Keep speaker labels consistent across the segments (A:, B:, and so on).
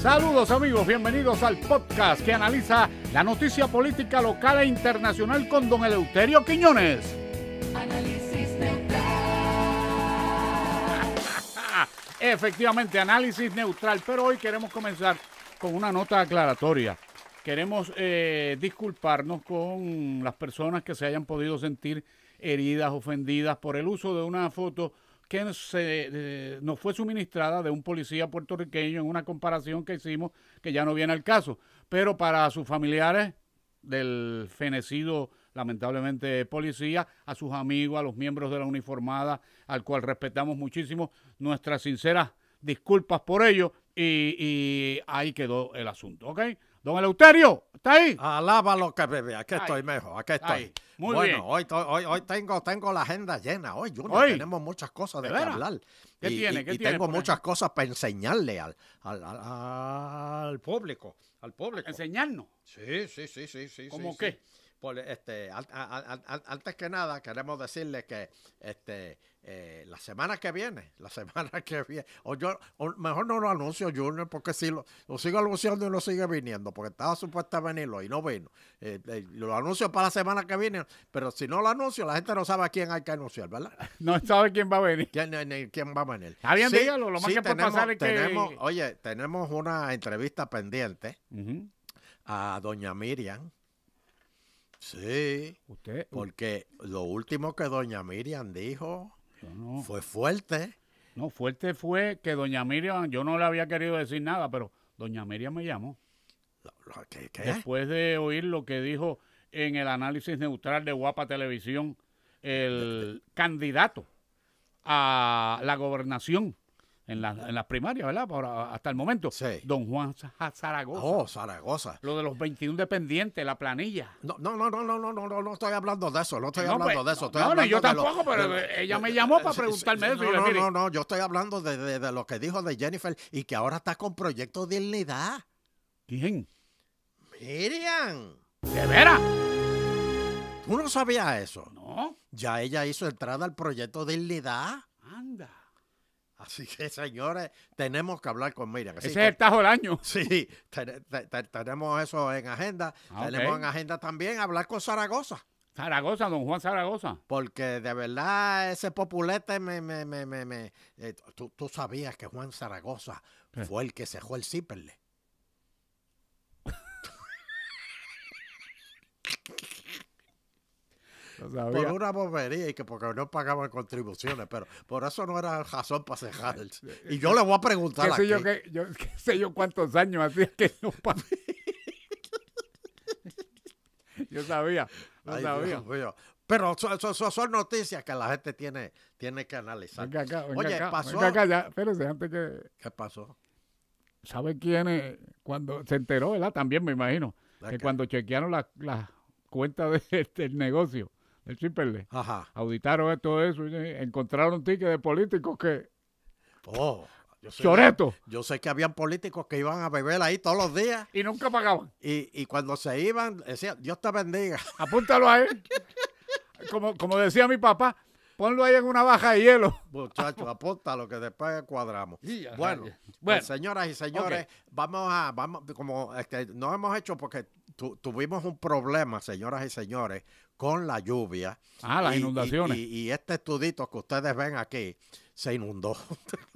A: Saludos amigos, bienvenidos al podcast que analiza la noticia política local e internacional con don Eleuterio Quiñones.
B: Análisis neutral.
A: Efectivamente, análisis neutral, pero hoy queremos comenzar con una nota aclaratoria. Queremos eh, disculparnos con las personas que se hayan podido sentir heridas, ofendidas por el uso de una foto que se, eh, nos fue suministrada de un policía puertorriqueño en una comparación que hicimos que ya no viene al caso. Pero para sus familiares del fenecido, lamentablemente, policía, a sus amigos, a los miembros de la uniformada, al cual respetamos muchísimo, nuestras sinceras disculpas por ello. Y, y ahí quedó el asunto, ¿ok? Don Eleuterio, ¿está ahí?
C: Ah, Alaba lo que bebé, aquí estoy
A: Ay.
C: mejor, aquí estoy.
A: Ay, muy
C: bueno,
A: bien.
C: Hoy, to- hoy, hoy tengo, tengo la agenda llena, hoy Junior,
A: Hoy.
C: tenemos muchas cosas de,
A: ¿De
C: que
A: veras?
C: hablar.
A: ¿Qué
C: y,
A: tiene?
C: y-
A: ¿Qué
C: y
A: tiene
C: tengo
A: por ahí?
C: muchas cosas para enseñarle al, al, al, al público, al público.
A: Enseñarnos.
C: Sí, sí, sí, sí, sí.
A: ¿Cómo
C: sí,
A: qué?
C: sí. Por, este, al- a- a- a- antes que nada, queremos decirle que este, eh, la semana que viene, la semana que viene, o yo, o mejor no lo anuncio, Junior, porque si lo, lo sigo anunciando y no sigue viniendo, porque estaba supuesta a venirlo y no vino. Eh, eh, lo anuncio para la semana que viene, pero si no lo anuncio, la gente no sabe a quién hay que anunciar, ¿verdad?
A: No sabe quién va a venir.
C: ¿Quién, eh, eh, quién va a venir?
A: Está bien, dígalo, lo más que puede pasar es que-
C: tenemos- Oye, tenemos una entrevista pendiente a doña Miriam. Sí,
A: Usted,
C: porque lo último que doña Miriam dijo
A: yo no,
C: fue fuerte.
A: no, fuerte fue que doña Miriam, yo no le había querido decir nada, pero doña Miriam me llamó.
C: Lo- lo- ¿Qué? qué?
A: Después de oír lo que dijo en el análisis neutral de Guapa Televisión, el candidato a la gobernación en, la- en las primarias, ¿verdad? Por- hasta el momento,
C: Sí.
A: don Juan Za- Zaragoza.
C: Oh, Zaragoza.
A: Lo de los 21 dependientes, la planilla.
C: No, no, no, no, no, no, no, no, no estoy hablando de eso, no estoy
A: No,
C: hablando
A: pues,
C: de eso.
A: no,
C: estoy
A: no, no,
C: hablando
A: yo
C: de lo-
A: tampoco, pero
C: de-
A: ella me
C: de-
A: llamó para
C: sí, sí,
A: preguntarme
C: sí,
A: eso, y yo,
C: No,
A: mire.
C: no, no, yo estoy hablando de, de- de lo que dijo de Jennifer y que ahora está con Proyecto Dignidad.
A: ¿Quién?
C: Miriam,
A: ¿De veras?
C: tú no sabías eso.
A: No.
C: Ya ella hizo entrada al Proyecto Dignidad.
A: Anda.
C: Así que, señores, tenemos que hablar con Miriam. Así
A: Ese
C: que-
A: es el tajo del año.
C: Sí, te- te- te- tenemos eso en agenda.
A: Ah,
C: tenemos
A: ok.
C: en agenda también hablar con Zaragoza.
A: Zaragoza, don Juan Zaragoza.
C: Porque de verdad ese populete me... me, me, me, me- eh, tú, tú sabías que Juan Zaragoza
A: ¿Qué?
C: fue el que cejó el Ciperle.
A: Lo
C: Por
A: sabía.
C: una bobería y que porque no pagaban contribuciones, pero por eso no era razón para cejar. el- Y yo le voy a preguntar
A: qué sé yo,
C: aquí.
A: qué, yo, qué sé yo cuántos años hacía que no pagaba. yo sabía, no
C: Ay,
A: sabía.
C: Dios mío. Pero son, son- son- son noticias que la gente tiene, tiene que analizar.
A: Venga acá, venga
C: Oye,
A: acá,
C: pasó-
A: venga acá ya. Espérese, antes que...
C: ¿Qué pasó?
A: ¿Sabe quién es? Cuando se enteró, ¿verdad? También me imagino.
C: ¿De
A: Que
C: qué?
A: cuando chequearon las las cuentas de- del negocio, del Chipperle,
C: Ajá.
A: auditaron todo eso, y eh, encontraron tickets de políticos que...
C: Oh, yo soy-
A: ¡Choreto!
C: Yo sé que habían políticos que iban a beber ahí todos los días
A: Y nunca pagaban.
C: y, y cuando se iban decían, Dios te bendiga.
A: Apúntalo ahí. Como, como decía mi papá, ponlo ahí en una baja de hielo.
C: Muchachos, apunta lo que después cuadramos.
A: Ya,
C: Bueno,
A: ya.
C: pues,
A: Bueno.
C: señoras y señores, vamos a, vamos, como este, no hemos hecho porque tu- tuvimos un problema, señoras y señores, con la lluvia.
A: Ah, las
C: Y- y-
A: inundaciones.
C: Y, y este estudito que ustedes ven aquí se inundó.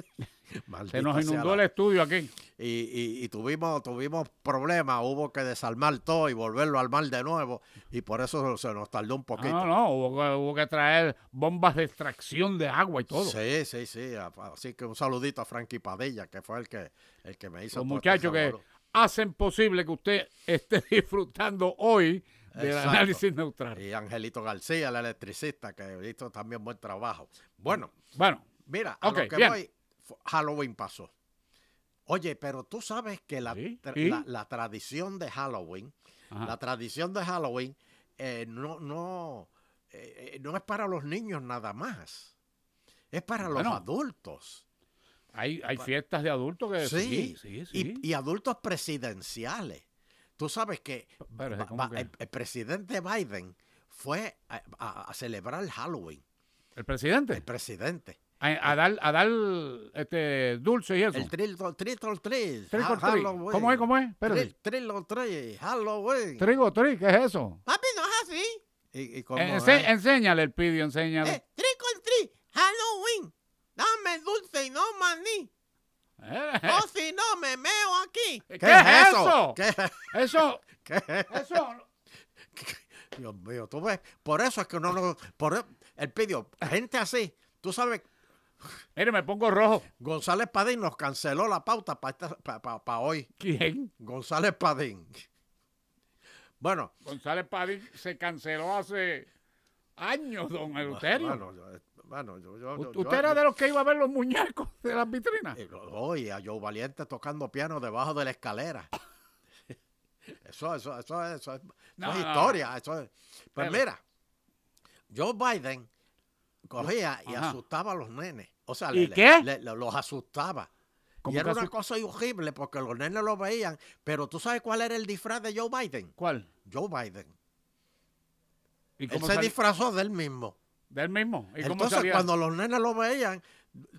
A: Se
C: Maldita
A: nos
C: sea
A: inundó
C: la-
A: el estudio aquí.
C: y, y- y tuvimos, tuvimos problemas, hubo que desarmar todo y volverlo a armar de nuevo, y por eso se nos tardó un
A: Ah,
C: poquito.
A: No, no, hubo, que- hubo que traer bombas de extracción de agua y todo.
C: Sí, sí, sí. a- Así que un saludito a Frankie Padilla, que fue el que, el que me hizo.
A: Los
C: todo este
A: muchachos que
C: revolú.
A: hacen posible que usted esté disfrutando hoy del
C: Exacto.
A: análisis neutral.
C: Y Angelito García, el electricista, que hizo también buen trabajo. Bueno,
A: Bueno,
C: mira, a lo
A: Ok,
C: que
A: bien.
C: voy, fu- Halloween pasó. Oye, pero tú sabes que la,
A: Sí,
C: tra-
A: sí.
C: la- la tradición de Halloween
A: ajá.
C: La tradición de Halloween eh, no, no, eh, eh, no es para los niños nada más. Es para
A: Bueno.
C: los adultos.
A: hay, hay fiestas de adultos que...
C: Sí,
A: Sí, sí, sí.
C: Y, y adultos presidenciales. Tú sabes que
A: Pero,
C: ba-
A: Eh, ¿cómo
C: ba-
A: que?
C: el, el presidente Biden fue a, a- a celebrar Halloween.
A: ¿El
C: El
A: presidente?
C: presidente.
A: A, a dar, a dar este, dulce y eso.
C: El trigo, trigo, trigo.
A: Trick or treat. ¿Cómo es? ¿Cómo es? Espérate.
C: Trigo, trigo, Halloween.
A: Trigo, trick, ¿qué es eso?
C: Papi, no es así. Y, y como,
A: Ense-
C: eh,
A: enséñale el pidio, enséñale.
B: Eh, trick or treat, Halloween. Dame dulce y no maní.
A: Eh,
B: O si no, me meo aquí.
A: ¿Qué,
C: ¿Qué es eso? ¿Qué,
A: Eso,
C: qué es
A: eso.
C: Dios mío, tú ves, por eso es que no nos... Por e, el pidió, gente así, tú sabes,
A: Mire, me pongo rojo.
C: González Padín nos canceló la pauta para hoy.
A: ¿Quién?
C: González Padín. Bueno,
A: González Padín se canceló hace años, don Eleuterio.
C: Ah, bueno, yo, eh, bueno, yo- yo-
A: U-
C: yo-
A: Usted era de los que iba a ver los muñecos de las vitrinas.
C: Eh, Oye, a Joe Valiente tocando piano debajo de la escalera. Eso, eso, eso, es- eso es, eso
A: No,
C: es
A: no, no.
C: historia. Eso es.
A: Pero-
C: Pues mira, Joe Biden cogía y
A: Ajá.
C: asustaba a los nenes. O sea,
A: ¿Y
C: le-
A: qué?
C: le- le- los asustaba. Y
A: ¿Cómo
C: era
A: que
C: una
A: asu-
C: cosa horrible porque los nenes lo veían. Pero tú sabes cuál era el disfraz de Joe Biden.
A: ¿Cuál?
C: Joe Biden.
A: ¿Y
C: Él
A: cómo
C: se
A: salía?
C: disfrazó de él mismo.
A: Del mismo. ¿Y cómo
C: Entonces,
A: salía?
C: cuando los nenes lo veían,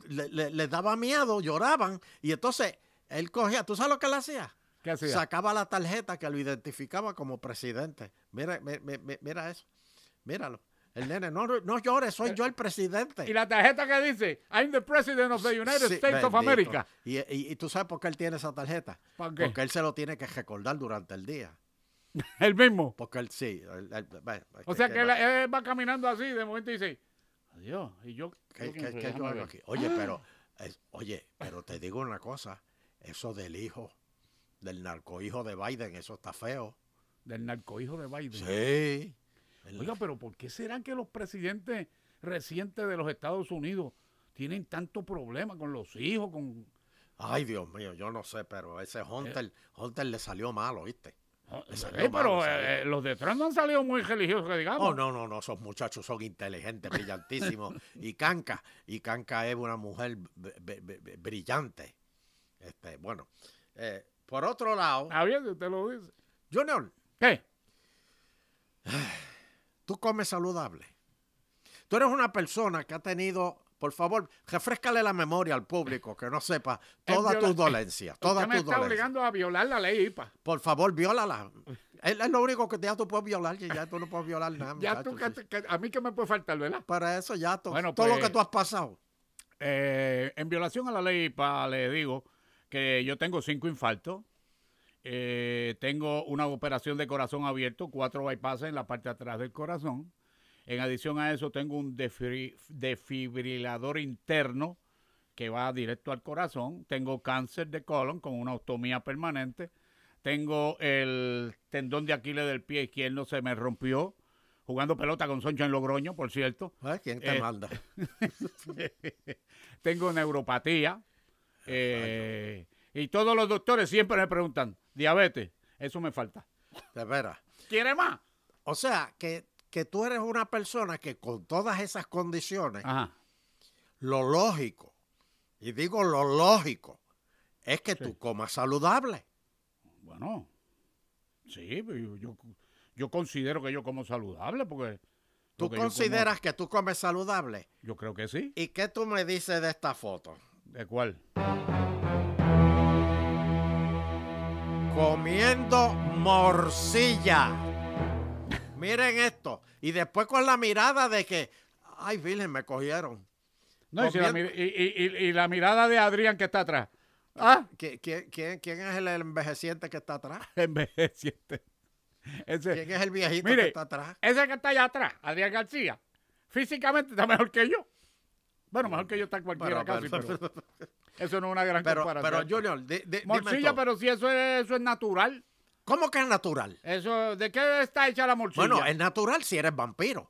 C: le, le- les daba miedo, lloraban. Y entonces él cogía, ¿tú sabes lo que él hacía?
A: ¿Qué hacía?
C: Sacaba la tarjeta que lo identificaba como presidente. Mira, mi- mi- mi- mira eso. Míralo. El nene, no, no llores, soy yo el presidente.
A: Y la tarjeta que dice, I'm the president of the United
C: Sí,
A: States of
C: bendito.
A: America.
C: Y, y- y tú sabes por qué él tiene esa tarjeta.
A: ¿Para qué?
C: Porque él se lo tiene que recordar durante el día.
A: El mismo.
C: Porque él sí. él- él- bueno,
A: O
C: ¿qué-
A: sea
C: qué
A: que él,
C: más?
A: él va caminando así, de momento dice, adiós. Y yo,
C: ¿Qué-
A: yo quién
C: qué-
A: soy,
C: qué
A: déjame
C: yo hago
A: ver.
C: aquí? Oye, pero, es- oye, pero te digo una cosa, eso del hijo, del narcohijo de Biden, eso está feo.
A: Del narcohijo de Biden.
C: Sí. El-
A: Oiga, pero ¿por qué será que los presidentes recientes de los Estados Unidos tienen tanto problema con los hijos? Con...
C: Ay, Dios mío, yo no sé, pero ese Hunter, Hunter le salió mal, ¿oíste?
A: No,
C: Le
A: sí,
C: salió mal,
A: pero
C: le salió.
A: eh, eh, los de Trump no han salido muy religiosos, que digamos.
C: Oh, no, no, no, esos muchachos son inteligentes, brillantísimos. y Canca, y Canca es una mujer b- b- b- brillante. Este, bueno, eh, por otro lado,
A: Está bien, si usted lo dice.
C: Junior,
A: ¿Qué?
C: Tú comes saludable. Tú eres una persona que ha tenido, por favor, refrescale la memoria al público que no sepa todas
A: viola-
C: tus dolencias, todas
A: usted me
C: tus
A: está
C: dolencias.
A: obligando a violar la ley IPA.
C: Por favor, viólala. Es, es lo único que ya tú puedes violar, que ya tú no puedes violar nada.
A: Ya
C: muchacho,
A: tú,
C: sí.
A: que- que- a mí que me puede faltar, ¿verdad?
C: Para eso ya tú-
A: Bueno,
C: todo lo
A: pues-
C: que tú has pasado.
A: Eh, en violación a la ley IPA, le digo que yo tengo cinco infartos, eh, tengo una operación de corazón abierto, cuatro bypasses en la parte de atrás del corazón. En adición a eso, tengo un defri- defibrilador interno que va directo al corazón. Tengo cáncer de colon con una ostomía permanente. Tengo el tendón de Aquiles del pie izquierdo, se me rompió. Jugando pelota con Soncha en Logroño, por cierto.
C: ¿Eh? ¿Quién te
A: Eh,
C: manda?
A: tengo
C: Ah,
A: neuropatía. eh, y todos los doctores siempre me preguntan, diabetes, eso me falta.
C: De veras.
A: ¿Quiere más?
C: O sea, que, que tú eres una persona que con todas esas condiciones
A: Ajá.
C: lo lógico, y digo lo lógico, es que tú comas saludable.
A: Bueno, sí, pero yo, yo, yo considero que yo como saludable porque...
C: ¿Tú
A: porque yo como-
C: consideras que tú comes saludable?
A: Yo, creo que sí.
C: ¿Y qué tú me dices de esta foto?
A: ¿De cuál?
C: Comiendo morcilla. Miren esto. Y después con la mirada de que, ay, Virgen, me cogieron.
A: No, y, si la,
C: Comiendo-
A: mir- y- y- y- y la mirada de Adrián que está atrás. Ah,
C: ¿Qui- qui- ¿Quién, quién es el envejeciente que está atrás?
A: envejeciente. Ese,
C: ¿Quién es el viejito
A: Mire.
C: que está atrás?
A: Ese que está allá atrás, Adrián García, físicamente está mejor que yo. Bueno, mejor que yo está cualquiera casi, pero,
C: pero,
A: eso no es una gran
C: pero-
A: comparación.
C: pero, Junior, di- di- dime
A: morcilla,
C: tú,
A: pero si eso es, eso es natural.
C: ¿cómo que es natural?
A: Eso, ¿De qué está hecha la morcilla?
C: Bueno, es natural si eres vampiro.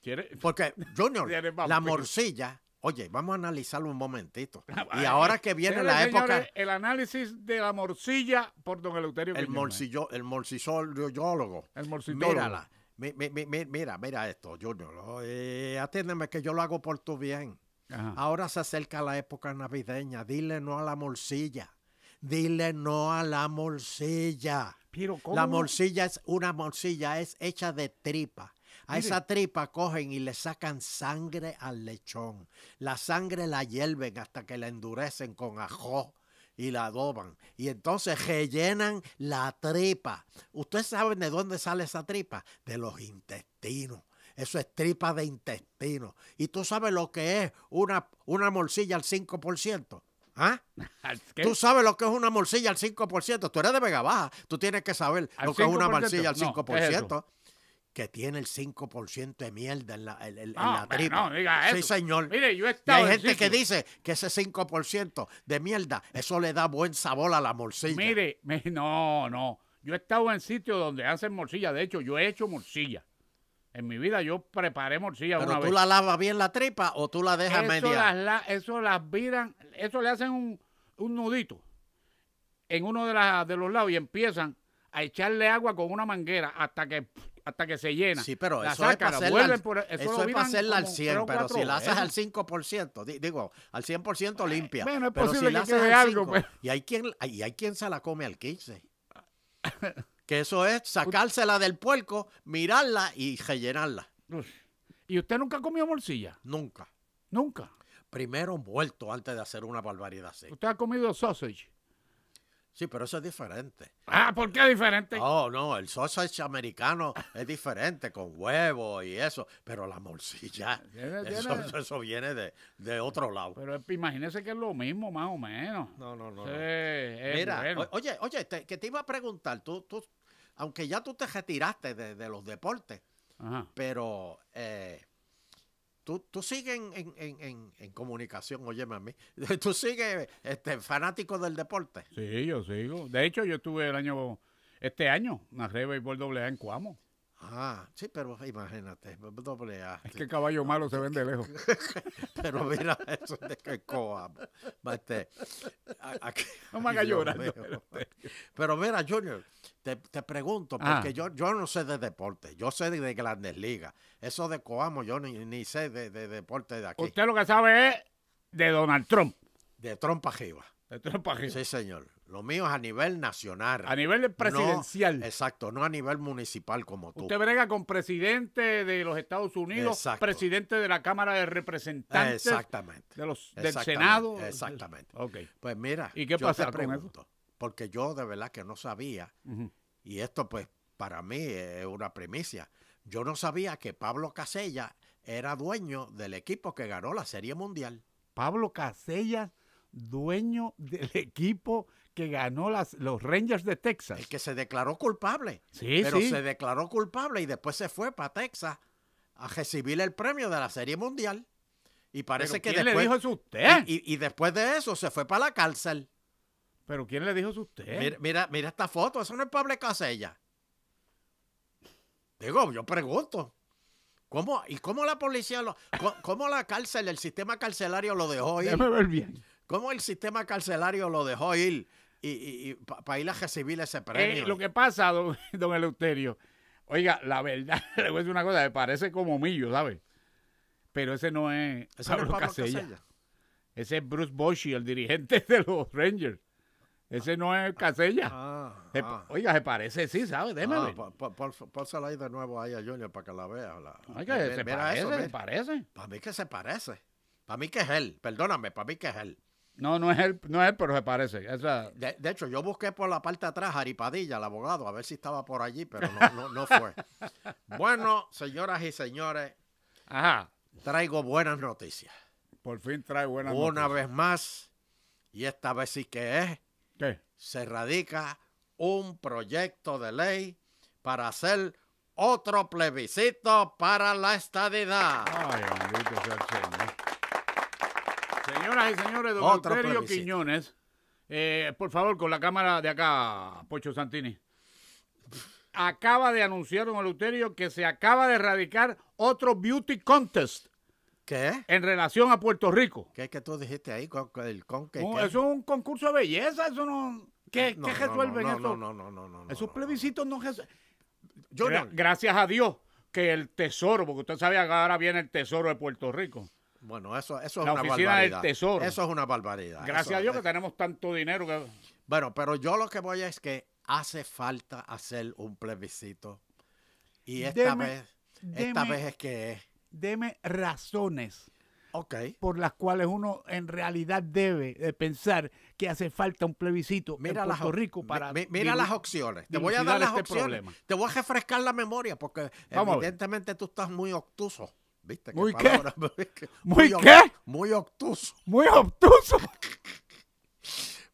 A: ¿Quiere-
C: Porque, Junior,
A: Si eres
C: la
A: vampiro.
C: morcilla, oye, vamos a analizarlo un momentito. Y
A: Ay,
C: ahora que viene
A: señores,
C: la
A: señores,
C: época,
A: El análisis de la morcilla por don Eleuterio
C: el
A: Quiñones.
C: morcillo, el morcillólogo.
A: El morcitólogo.
C: Mírala. Mi- mi- mi- mi- Mira, mira esto, Junior. Oye, atiéndeme que yo lo hago por tu bien.
A: Ajá.
C: Ahora se acerca la época navideña. Dile no a la morcilla. Dile no a la morcilla.
A: Pero, ¿cómo?
C: La morcilla es una morcilla, es hecha de tripa. A esa tripa cogen y le sacan sangre al lechón. La sangre la hierven hasta que la endurecen con ajo y la adoban. Y entonces rellenan la tripa. ¿Ustedes saben de dónde sale esa tripa? De los intestinos. Eso es tripa de intestino. ¿Y tú sabes lo que es una, una morcilla al 5%? ¿Ah?
A: ¿Qué?
C: Tú sabes lo que es una morcilla al 5%. Tú eres de Vega Baja. Tú tienes que saber
A: ¿Al
C: lo que es una
A: 5%?
C: morcilla al
A: No,
C: 5%.
A: ¿qué es eso?
C: que tiene el 5% de mierda en la, en- en- en
A: Ah,
C: la
A: pero
C: tripa.
A: no diga
C: Sí,
A: eso.
C: señor.
A: Mire, yo he
C: Y
A: estado
C: hay
A: en
C: gente que
A: sitios-
C: dice que ese 5% de mierda, eso le da buen sabor a la morcilla.
A: Mire, me- no, no. Yo he estado en sitios donde hacen morcilla. De hecho, yo he hecho morcilla. En mi vida yo preparé morcilla
C: Pero
A: una
C: tú
A: vez.
C: la lavas bien la tripa o tú la dejas
A: eso,
C: media.
A: las, la- eso las viran, eso le hacen un, un nudito en uno de, las de los lados y empiezan a echarle agua con una manguera hasta que hasta que se llena.
C: Sí, pero
A: La
C: eso es
A: sacan,
C: para
A: la
C: hacerla,
A: vuelven
C: al,
A: por- e-,
C: eso
A: lo
C: es para
A: viran
C: hacerla al
A: como
C: 100,
A: tres o
C: pero si
A: cuatro
C: la haces al
A: veces.
C: 5%, di- digo, al 100% limpia.
A: bueno, es
C: pero
A: posible
C: si la
A: que
C: haces
A: quede
C: al
A: algo,
C: 5,
A: pero-
C: Y hay quien y hay quien se la come al 15. Que eso es sacársela del puerco, mirarla y rellenarla.
A: Uf. ¿Y usted nunca comió morcilla?
C: Nunca.
A: Nunca.
C: Primero muerto antes de hacer una barbaridad así.
A: ¿Usted ha comido sausage?
C: Sí, pero eso es diferente.
A: Ah, ¿por qué diferente?
C: Oh, no, el sausage americano es diferente, con huevo y eso. Pero la morcilla,
A: Tiene-
C: eso,
A: tiene-
C: eso viene de, de otro lado.
A: Pero es- imagínese que es lo mismo, más o menos.
C: No, no, no.
A: Sí,
C: no.
A: es
C: Mira,
A: bueno.
C: o- oye, oye, te- que te iba a preguntar, tú, tú, aunque ya tú te retiraste de, de los deportes,
A: Ajá.
C: pero eh, tú, tú sigues en, en- en- en- en comunicación, óyeme a mí, tú sigues este, fanático del deporte.
A: Sí, yo sigo. De hecho, yo estuve el año, este año, narré béisbol doble A en Cuamo.
C: Ah, sí, pero imagínate, doble A.
A: Es que caballo malo se vende lejos.
C: Pero mira eso de que coa. Este, a- a-
A: No me haga
C: Dios
A: llorar,
C: mío.
A: no,
C: Pero mira, Junior, te, te pregunto,
A: Ah.
C: porque yo, yo no sé de deporte, yo sé de, de grandes ligas. Eso de Coamo, yo ni, ni sé de, de deporte de aquí.
A: Usted lo que sabe es de Donald Trump.
C: De trompa jiba.
A: De Trump para arriba.
C: Sí, señor. Lo mío es a nivel nacional.
A: A nivel de
C: No-
A: presidencial.
C: exacto, no a nivel municipal como tú.
A: Usted brega con presidente de los Estados Unidos,
C: Exacto.
A: presidente de la Cámara de Representantes,
C: Exactamente.
A: de los, del
C: Exactamente,
A: Senado.
C: exactamente.
A: Ok.
C: Pues mira,
A: ¿Y qué
C: yo
A: pasa
C: te
A: con eso?
C: pregunto, porque yo de verdad que no sabía,
A: Ujú.
C: y esto pues para mí es una primicia, yo no sabía que Pablo Casella era dueño del equipo que ganó la Serie Mundial.
A: Pablo Casellas, dueño del equipo que ganó las, los Rangers de Texas.
C: El que se declaró culpable,
A: sí,
C: pero
A: sí.
C: se declaró culpable y después se fue para Texas a recibir el premio de la Serie Mundial. Y parece
A: Pero
C: que
A: ¿Quién
C: después...
A: le dijo ¿Eh? eso a usted?
C: y- y- y después de eso se fue para la cárcel.
A: ¿Pero quién le dijo eso a usted?
C: Mira, mira, mira esta foto, eso no es Pablo Casella. Digo, yo pregunto. ¿Cómo, ¿Y cómo la policía, lo, co- cómo la cárcel, el sistema carcelario lo dejó ir?
A: Déjame ver bien.
C: ¿Cómo el sistema carcelario lo dejó ir y, para ir a recibir ese
A: Eh,
C: premio?
A: lo que pasa, don, don Eleuterio, oiga, la verdad, le voy a decir una cosa, me parece como Millo, ¿sabes? Pero ese no es
C: Ese no es
A: Pablo, Casella.
C: Casella.
A: Ese es Bruce Bochy, el dirigente de los Rangers. Ese no es Casella.
C: Ah,
A: Se-
C: ah.
A: Oiga, se parece, sí, ¿sabes? eh, Déjame
C: Ah,
A: ver.
C: pon- pon- pon- pónsela ahí de nuevo ahí a Junior para que la vea. la-
A: Oiga,
C: ve-
A: se
C: mira
A: parece,
C: eso,
A: se
C: mira.
A: parece.
C: Para mí que se parece. Para mí que es él. Perdóname, para mí que es él.
A: No, no es él, no es él, pero se parece. Esa-
C: De, de hecho, yo busqué por la parte de atrás a Aripadilla, el abogado, a ver si estaba por allí, pero no, no, no fue. Bueno, señoras y señores,
A: Ajá.
C: traigo buenas noticias.
A: Por fin trae buena
C: Una vez más, y esta vez sí que es,
A: ¿Qué?
C: se radica un proyecto de ley para hacer otro plebiscito para la estadidad.
A: Ay, bendito sea el Señor. Señoras y señores, don
C: Otro
A: Euterio
C: plebiscito.
A: Quiñones, eh, por favor, con la cámara de acá, Pocho Santini. Acaba de anunciar, don Eleuterio, que se acaba de erradicar otro beauty contest
C: ¿Qué?
A: en relación a Puerto Rico.
C: ¿Qué es que tú dijiste ahí con, con el con que...
A: Un-
C: que-
A: eso es un concurso de belleza, eso no... ¿Qué,
C: No,
A: qué
C: no, no,
A: resuelven
C: no,
A: eso?
C: No, no, no, no, no, no,
A: Esos
C: no, no.
A: plebiscitos no resuelven...
C: Junior,
A: Gra- gracias a Dios que el tesoro, porque usted sabe que ahora viene el tesoro de Puerto Rico.
C: Bueno, eso, eso
A: La
C: es una
A: oficina del
C: barbaridad.
A: Tesoro.
C: Eso es una barbaridad.
A: Gracias
C: Eso-
A: a Dios que
C: eh,
A: tenemos tanto dinero que...
C: Bueno, pero yo lo que voy es que hace falta hacer un plebiscito. Y esta
A: Deme-
C: vez Esta
A: deme-
C: vez es que es.
A: Deme razones
C: Ok.
A: por las cuales uno en realidad debe de pensar que hace falta un plebiscito
C: Mira
A: en
C: las,
A: Puerto
C: op-
A: Rico
C: mi-
A: para
C: mi- mira
A: dilu-
C: las opciones. Te voy a
A: dilucidar
C: dar las
A: este
C: opciones.
A: problema.
C: Te voy a refrescar la memoria porque
A: Vamos a ver.
C: evidentemente tú estás muy obtuso. ¿Viste?
A: ¿Muy qué?
C: palabra?
A: ¿Muy
C: ob-
A: qué?
C: Muy obtuso.
A: muy obtuso.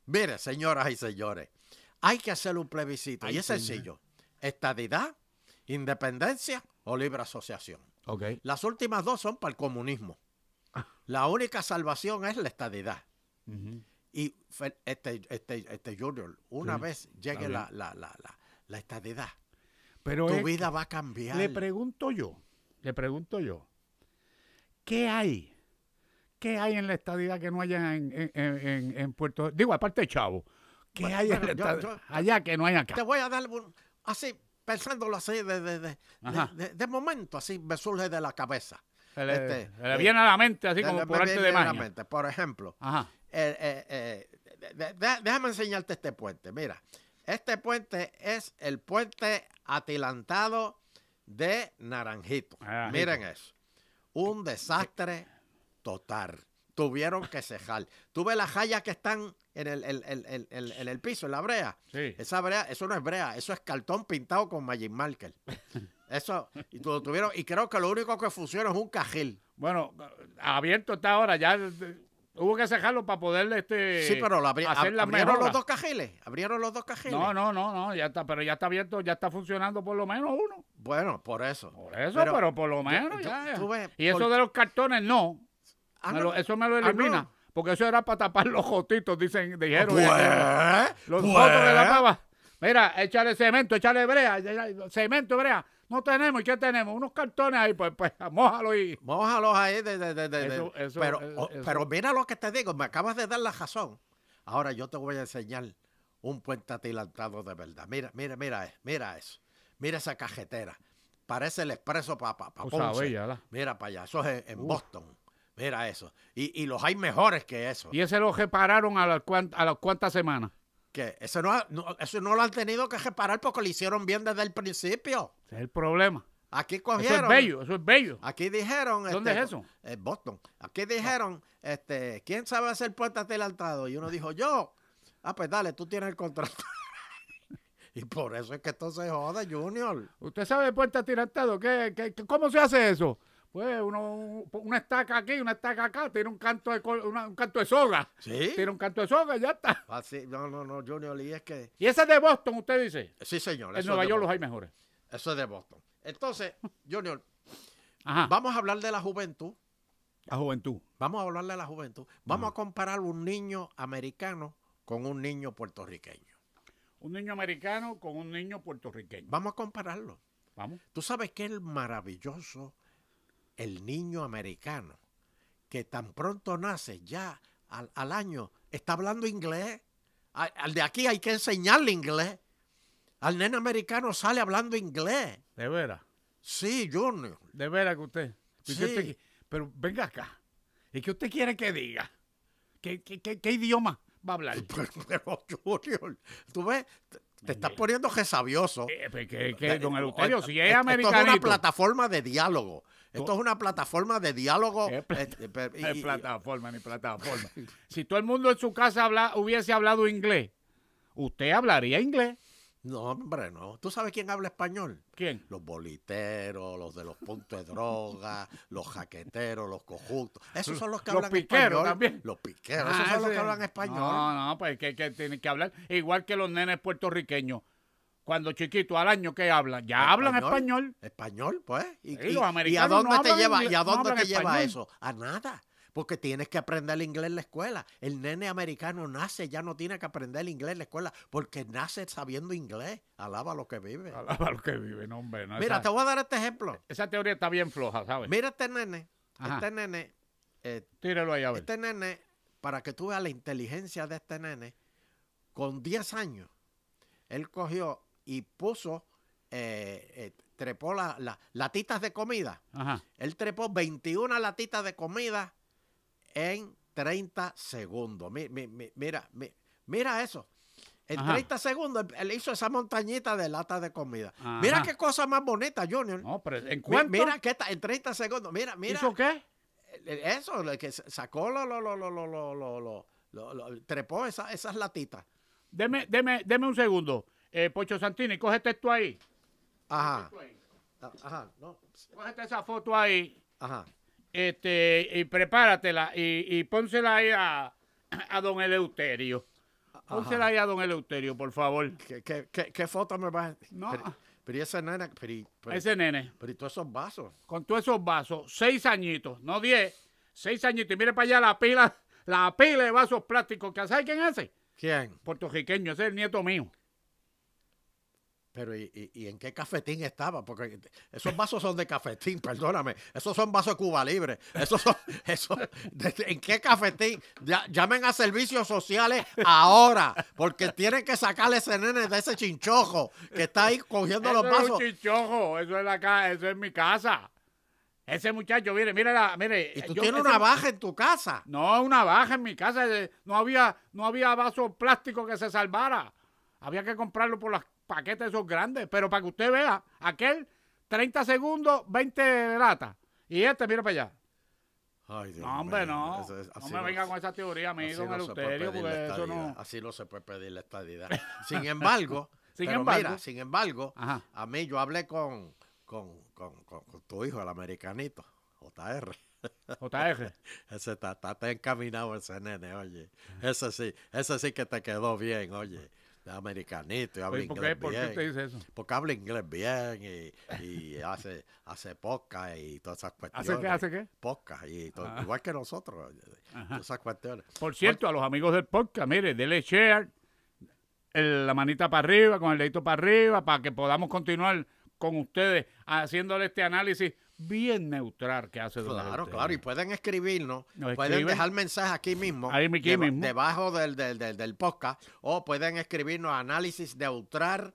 C: Mire, señoras y señores, hay que hacer un plebiscito
A: Ay,
C: y es
A: señor.
C: sencillo. Estadidad, independencia o libre asociación.
A: Ok.
C: Las últimas dos son para el comunismo.
A: Ah.
C: La única salvación es la estadidad. Y fe- este, este, este Junior, una
A: Sí,
C: vez llegue
A: bien.
C: la, la, la, la, la estadidad,
A: Pero
C: tu
A: es-
C: vida va a cambiar.
A: le pregunto yo, le pregunto yo, ¿qué hay? ¿Qué hay en la estadidad que no haya en, en- en- en- en Puerto Digo, aparte de Chavo, ¿qué
C: Bueno,
A: hay en
C: bueno,
A: la
C: yo-
A: estadidad
C: yo- Este,
A: allá que no hay acá?
C: Te voy a dar un- así, pensándolo así, de, de, de,
A: Ajá.
C: de- de- de momento, así me surge de la cabeza.
A: se le,
C: este,
A: se le
C: eh,
A: viene a la mente así
C: De-
A: como
C: me
A: por arte
C: viene
A: de
C: a la
A: magia.
C: mente. Por ejemplo,
A: Ajá.
C: eh, eh, eh, de- de- de- déjame enseñarte este puente. Mira, este puente es el puente atilantado de Naranjito.
A: Naranjito.
C: Miren eso. Un desastre total. Tuvieron que cejar. Tuve las hayas que están en el, el- el- el- el- en el piso, en la brea.
A: Sí.
C: Esa brea, eso no es brea, eso es cartón pintado con Magic Marker. Eso, y tú lo tuvieron, y creo que lo único que funciona es un cajil.
A: Bueno, abierto está ahora, ya eh, hubo que cejarlo para poderle este
C: Sí, pero lo abri- ab-
A: hacer las
C: abrieron los
A: mejoras.
C: dos cajiles. Abrieron los dos cajiles.
A: No, no, no, no, ya está, pero ya está abierto, ya está funcionando por lo menos uno.
C: Bueno, por eso.
A: Por eso, pero,
C: Pero
A: por lo menos
C: yo-
A: ya.
C: tú ves,
A: y eso
C: por-
A: de los cartones no,
C: Ah,
A: Me
C: no.
A: lo- eso me lo
C: Ah, no.
A: elimina, porque eso era para tapar los jotitos, dicen, dijeron.
C: Pues,
A: Los
C: pues,
A: jotos que tapaba. Mira, échale cemento, échale brea, ya- ya- cemento, brea. No tenemos, ¿y qué tenemos? Unos cartones ahí, pues, pues, mójalo y...
C: mójalos ahí. de- de- de- de- de-
A: Eso- eso-
C: pero,
A: eh,
C: oh,
A: eso.
C: pero mira lo que te digo, me acabas de dar la razón. Ahora yo te voy a enseñar un puente atilantado de verdad. Mira, mira, mira, eh, mira eso. Mira esa cajetera. Parece el expreso para pa, pa
A: Cosa
C: Ah, Ponce.
A: bella, ¿verdad?
C: Mira para allá, eso es en, en
A: Uf.
C: Boston. Mira eso. Y, y los hay mejores que eso.
A: Y ese lo repararon a las cuan- a las cuantas semanas.
C: Que eso no, ha- no- eso no lo han tenido que reparar porque lo hicieron bien desde el principio.
A: Ese es el problema.
C: Aquí
A: Eso
C: cogieron.
A: es bello, eso es bello.
C: Aquí dijeron.
A: ¿Dónde
C: este,
A: es eso? Ah.
C: En Boston. Aquí dijeron, este, ¿quién sabe hacer puertas adelantado? Y uno dijo, yo. Ah, pues dale, tú tienes el contrato. y por eso es que esto se joda, Junior.
A: ¿Usted sabe de puente atirantado? ¿Qué, qué, qué- cómo se hace eso? Pues uno, una estaca aquí, una estaca acá, tiene un canto de, col- una- un canto de soga.
C: Sí.
A: Tiene un canto de soga y ya está.
C: Así, no, no, no, Junior, y es que.
A: Y ese de Boston, usted dice.
C: Sí, señor. eso
A: En
C: es
A: Nueva
C: de
A: York los hay
C: Boston.
A: mejores.
C: Eso es de Boston. Entonces, Junior,
A: Ajá.
C: vamos a hablar de la juventud.
A: La juventud.
C: Vamos a hablarle a la juventud. Vamos a comparar un niño americano con un niño puertorriqueño.
A: Un niño americano con un niño puertorriqueño.
C: Vamos a compararlo.
A: Vamos.
C: Tú sabes que es maravilloso el niño americano que tan pronto nace ya al, al año está hablando inglés. A- Al, de aquí hay que enseñarle inglés. Al nene americano sale hablando inglés.
A: De veras.
C: Sí, Junior.
A: De veras que usted. ¿Y qué usted
C: Sí.
A: qui- pero venga acá. ¿Y qué usted quiere que diga? ¿Qué, qué- qué- qué idioma va a hablar?
C: Pero, pero, Junior, tú ves, te, te estás
A: Mira.
C: poniendo resabioso.
A: Eh, pues, que, que, don
C: Eh,
A: Eleuterio,
C: eh,
A: si
C: eh,
A: es
C: Esto es una
A: americanito.
C: plataforma de diálogo. Esto es una plataforma de diálogo.
A: Es pla-
C: eh, eh, y-
A: No es
C: y-
A: plataforma, ni plataforma. si todo el mundo en su casa habla, hubiese hablado inglés, usted hablaría inglés.
C: No, hombre, no. ¿Tú sabes quién habla español?
A: ¿Quién?
C: Los boliteros, los de los puntos de droga, los jaqueteros, los cojutos. Esos son los que
A: Los
C: hablan
A: piqueros
C: español.
A: también.
C: Los piqueros,
A: Ah,
C: esos son los
A: ese-
C: que hablan español.
A: No, no, pues que, que tienen que hablar. Igual que los nenes puertorriqueños. Cuando chiquitos, al año que hablan, ya hablan español.
C: Español, pues. ¿Y,
A: Sí,
C: y-
A: los
C: y a
A: americanos
C: dónde
A: no
C: te
A: hablan
C: lleva,
A: inglés-
C: y a
A: no
C: dónde
A: hablan
C: te lleva
A: español.
C: eso? A nada. Porque tienes que aprender el inglés en la escuela. El nene americano nace, ya no tiene que aprender el inglés en la escuela, porque nace sabiendo inglés. Alaba lo que vive.
A: Alaba lo que vive, no, hombre. no,
C: Eh. Mira, te
A: esa,
C: voy a dar este ejemplo.
A: esa teoría está bien floja, ¿sabes?
C: Mira este nene.
A: Ajá.
C: Este nene. eh,
A: Tírelo ahí a ver.
C: este nene, para que tú veas la inteligencia de este nene, con 10 años, él cogió y puso, eh, eh, trepó las latitas de comida.
A: Ajá.
C: Él trepó 21 latitas de comida en 30 segundos. Mi- mi- mi- Mira, mi- mira, eso. En
A: Ajá.
C: 30 segundos él hizo esa montañita de lata de comida. Mira
A: Ah, Ajá.
C: qué cosa más bonita, Junior.
A: No, pero ¿en
C: Mi-
A: cuánto?
C: Mira que en 30 segundos, mira, mira.
A: ¿Hizo qué?
C: Eh, Eso, lo que sa- sacó lo, lo, lo, lo, lo, lo, lo, lo- lo- lo- trepó esa- esas latitas.
A: Deme, deme, deme un segundo. Eh, Pocho Santini, cógete esto ahí.
C: Ajá.
A: Esto ahí.
C: Ah, Ajá, no.
A: Cógete este, esa foto ahí.
C: Ajá.
A: Este, y prepáratela y, y pónsela ahí a, a don Eleuterio. Pónsela ahí a don Eleuterio, por favor.
C: ¿Qué, qué, qué, qué foto me vas a.?
A: No.
C: Pero, pero y esa nena, pero, y- pero,
A: Ese nene,
C: pero y todos esos vasos.
A: con todos esos vasos, seis añitos, no diez, seis añitos. Y mire para allá la pila, la pila de vasos plásticos que ¿sabe quién hace?
C: ¿Quién?
A: Puertorriqueño, ese es el nieto mío.
C: Pero y, y- y en qué cafetín estaba? Porque esos vasos son de cafetín, perdóname. Esos son vasos Cuba Libre. Esos son. esos- de- de- ¿En qué cafetín? Ya- llamen a servicios sociales ahora. Porque tienen que sacarle ese nene de ese chinchojo que está ahí cogiendo los
A: Eso es un
C: vasos.
A: chichojo, eso es la ca- eso es mi casa. Ese muchacho, mire, mire, la, mire.
C: Y tú
A: yo-
C: tienes
A: ese-
C: una baja en tu casa.
A: No, una baja en mi casa. eh, No había, no había vaso plástico que se salvara. Había que comprarlo por los paquetes esos grandes. Pero para que usted vea, aquel 30 segundos, 20 latas. Y este, mira para allá.
C: Ay, Dios
A: No, hombre,
C: mío,
A: no.
C: eso es-
A: no
C: así
A: me venga
C: es.
A: con esa teoría, mi
C: Así
A: don
C: no se puede
A: Eleuterio,
C: pedir la
A: porque eso
C: estadidad,
A: no.
C: Así no se puede pedir la estadidad. Sin embargo,
A: Sin
C: pero
A: embargo.
C: mira, sin embargo,
A: Ajá.
C: a mí yo hablé con, con, con- con- con tu hijo, el americanito, JR.
A: JR.
C: Ese está, está- está encaminado ese nene, oye. Ese sí, ese sí que te quedó bien, oye. El Americanito, y habla
A: Oye, ¿Por qué,
C: inglés
A: ¿Por qué
C: bien.
A: usted dice eso?
C: Porque habla inglés bien y, y hace, hace podcast y todas esas cuestiones.
A: ¿Hace qué? ¿Hace qué?
C: Podcast y todo,
A: Ah.
C: igual que nosotros, oye, todas esas cuestiones.
A: Por cierto, a los amigos del podcast, mire, dele share, el- la manita para arriba, con el dedito para arriba, para que podamos continuar con ustedes haciéndole este análisis bien neutral que hace Don
C: Claro,
A: Eleuterio.
C: claro, y pueden escribirnos,
A: Nos
C: pueden
A: escriben.
C: dejar mensajes aquí mismo,
A: Ahí aquí
C: deba-
A: mismo.
C: debajo del, del, del, del podcast, o pueden escribirnos análisis de Utrar,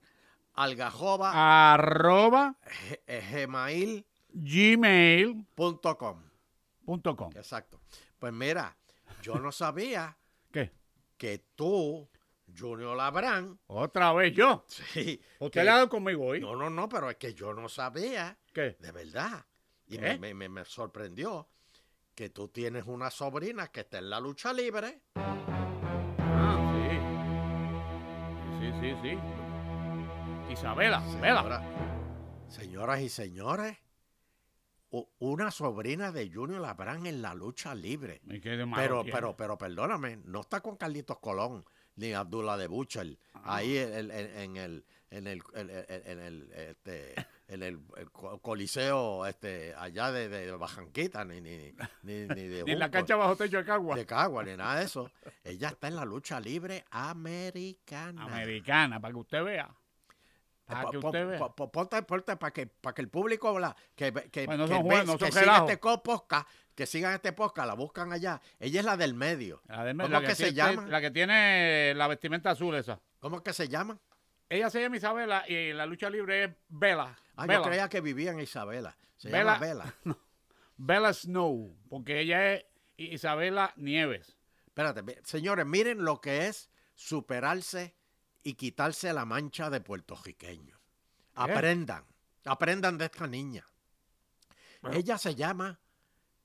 C: algajoba,
A: Ah. Arroba
C: g- eh, gmail.com.
A: gmail.com.
C: Exacto. Pues mira, yo no sabía
A: ¿Qué?
C: que tú, Junior Labrán,
A: Otra vez yo.
C: sí,
A: Usted
C: que-
A: le ha dado conmigo hoy.
C: no, no, no, pero es que yo no sabía,
A: ¿Qué?
C: de verdad, y
A: ¿Qué?
C: me, me- me- me sorprendió que tú tienes una sobrina que está en la lucha libre.
A: Ah, sí. Sí, sí, sí. Isabela, vela.
C: Señora- señoras y señores, u- una sobrina de Junior Labrán en la lucha libre.
A: ¿Y qué de malo
C: Pero,
A: tiene?
C: pero, pero, perdóname, no está con Carlitos Colón ni Abdullah de Butcher.
A: Ah.
C: Ahí en, en- en el en el en el, en el, este, en el- el co- coliseo este allá de, de Bajanquita ni ni ni, ni de
A: Ni en la
C: Junco,
A: cancha bajo techo de Cagua.
C: de Cagua ni nada de eso. Ella está en la lucha libre americana.
A: americana, para que usted vea. Para
C: Eh, Po-
A: que
C: po-
A: usted vea.
C: po- po- ponte, ponte para que, para que el público la, que, que,
A: Bueno, no
C: que
A: son
C: ve-
A: juegos, no
C: que
A: son
C: siga
A: relajos.
C: este co- podcast, que sigan este podcast, la buscan allá. Ella es la del medio.
A: La, de-
C: ¿Cómo
A: la
C: que,
A: que,
C: se
A: tiene-
C: llama?
A: la que tiene la vestimenta azul esa.
C: ¿Cómo que se llama?
A: Ella se llama Isabela y la lucha libre es Bella.
C: Ah, yo
A: Bella.
C: creía que vivía en Isabela. Se llama
A: Vela.
C: Vela.
A: Bella Snow, porque ella es I- Isabela Nieves.
C: Espérate, mi- señores, miren lo que es superarse y quitarse la mancha de puertorriqueño. Aprendan, aprendan de esta niña.
A: Bueno.
C: Ella se llama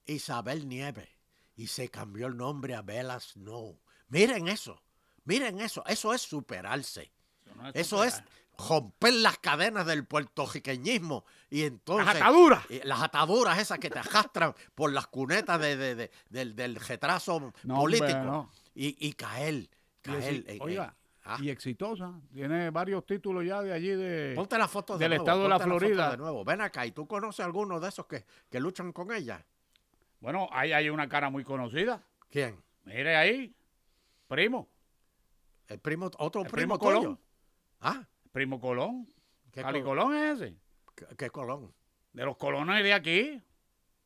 C: Isabel Nieves y se cambió el nombre a Bella Snow. Miren eso, miren eso, eso es superarse.
A: No
C: Eso es
A: superar.
C: romper las cadenas del puertorriqueñismo y entonces...
A: Las ataduras.
C: Eh, las ataduras esas que te arrastran por las cunetas de, de- de- del, del retraso
A: No, hombre,
C: político.
A: no.
C: Y, y caer,
A: Y exi-
C: caer. eh, eh,
A: oiga,
C: ah.
A: y exitosa. Tiene varios títulos ya de allí de.
C: ponte la foto de
A: eh, del
C: nuevo,
A: estado de la
C: ponte foto
A: Florida.
C: de nuevo. Ven acá, ¿y tú conoces alguno de esos que, que luchan con ella?
A: Bueno, ahí hay una cara muy conocida.
C: ¿Quién?
A: Mire ahí. Primo.
C: ¿El primo, otro
A: El primo
C: primo, tuyo?
A: Colón.
C: Ah,
A: Primo Colón.
C: ¿qué,
A: Cali
C: Colón?
A: Colón es ese.
C: ¿Qué- qué Colón?
A: De los colones de aquí.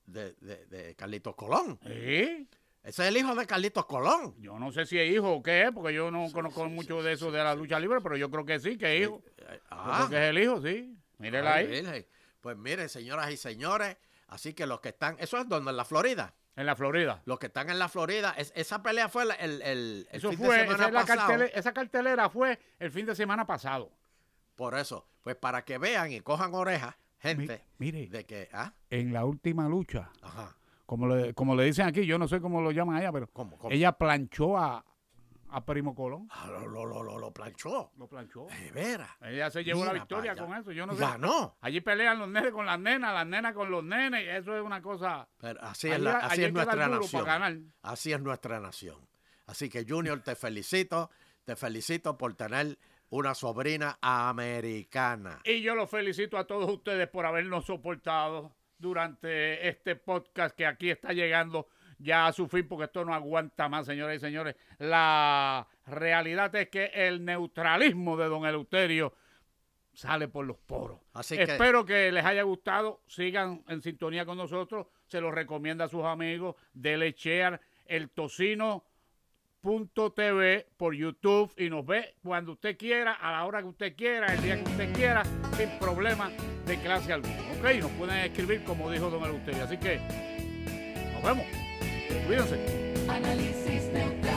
C: De, de, de Carlitos Colón.
A: Sí.
C: Ese es el hijo de Carlitos Colón.
A: Yo no sé si es hijo o qué es, porque yo no conozco mucho de eso de la lucha libre, pero yo creo que sí, que es hijo.
C: Eh,
A: Yo
C: ah.
A: creo que es el hijo, sí. Mírela
C: Ay,
A: ahí.
C: Virgen. Pues miren, señoras y señores, así que los que están, eso es donde en la Florida.
A: en la Florida.
C: Los que están en la Florida, es- esa pelea fue la- el, el- el
A: Eso
C: fin
A: fue,
C: de semana
A: esa, es la
C: pasado.
A: cartele- esa cartelera fue el fin de semana pasado.
C: Por eso, pues para que vean y cojan orejas, gente,
A: Mi- mire.
C: de que, ah,
A: En la última lucha,
C: ajá,
A: como le, como le dicen aquí, yo no sé cómo lo llaman allá, pero
C: ¿Cómo, cómo?
A: ella planchó a, a Primo Colón.
C: ah, lo, lo, lo, lo, lo planchó.
A: Lo planchó.
C: De veras.
A: Ella se llevó la
C: Mira pa'
A: victoria
C: allá.
A: con eso. Yo no sé.
C: Ganó.
A: Allí pelean los nenes con las nenas, las nenas con los nenes. Eso es una cosa.
C: Pero así es,
A: Allí-
C: la- así
A: allí hay
C: es
A: que dar
C: nuestra
A: duro
C: nación.
A: para ganar.
C: Así es nuestra nación. Así que, Junior, te felicito. Te felicito por tener una sobrina americana.
A: Y yo los felicito a todos ustedes por habernos soportado durante este podcast que aquí está llegando ya a su fin, porque esto no aguanta más, señoras y señores. La realidad es que el neutralismo de don Eleuterio sale por los poros.
C: Así que-
A: Espero que les haya gustado. Sigan en sintonía con nosotros. Se los recomienda a sus amigos. Dele share el tocino. .tv por YouTube y nos ve cuando usted quiera, a la hora que usted quiera, el día que usted quiera, sin problema de clase alguna. Ok, nos pueden escribir como dijo Don Eleuterio. Así que nos vemos. Cuídense.
D: Análisis neutral.